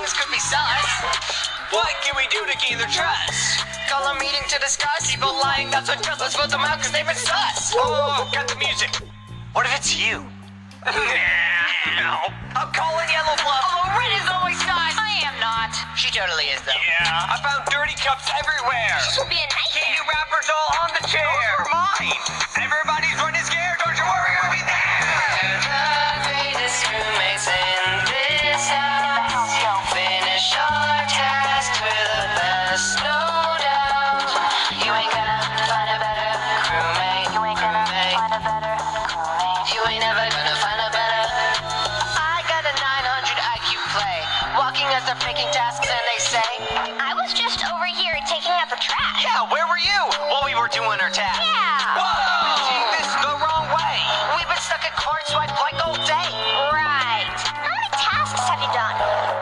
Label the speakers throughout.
Speaker 1: this could be sus. What can we do to gain their trust? Call a meeting to discuss evil lying. That's what trust. Let's vote them out because they've been sus. Oh, got the music. What if it's you? no. I'm calling Yellow Bluff.
Speaker 2: Oh, Red is always not. I am not.
Speaker 1: She totally is, though.
Speaker 3: Yeah.
Speaker 1: I found dirty cups everywhere.
Speaker 2: This will be a nightmare.
Speaker 1: You rappers all on the chair. Those were mine. Everybody's running scared. Don't you worry, we'll be there. I got a 900 IQ play. Walking us are picking tasks and they say,
Speaker 2: I was just over here taking out the trash.
Speaker 1: Yeah, where were you? While we were doing our task.
Speaker 2: Yeah.
Speaker 1: Whoa! Seeing this the wrong way. We've been stuck at card swipe like all day.
Speaker 2: Right. How many tasks have you done?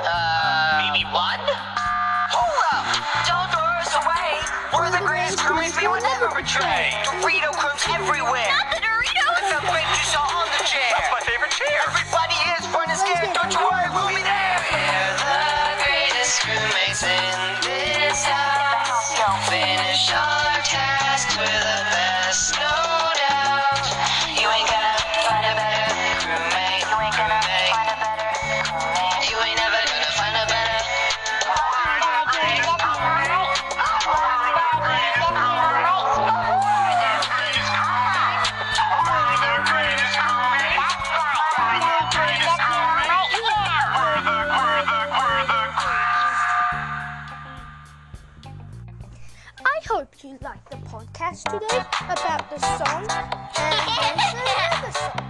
Speaker 1: Uh, maybe one? Hold up! Don't throw us away. We're the greatest crewmates we would never betray. Dorito crumbs everywhere.
Speaker 2: Not the Doritos.
Speaker 1: The fake you saw on the chair.
Speaker 3: That's my favorite chair.
Speaker 1: Everybody is running scared. Don't you worry, we'll be there. We're the greatest crewmates in this house. Finish our task with the best, no doubt. You ain't gonna find a better crewmate. You ain't gonna find a better crewmate. You ain't never gonna find a better.
Speaker 4: I hope you liked the podcast today about the song and also the other song.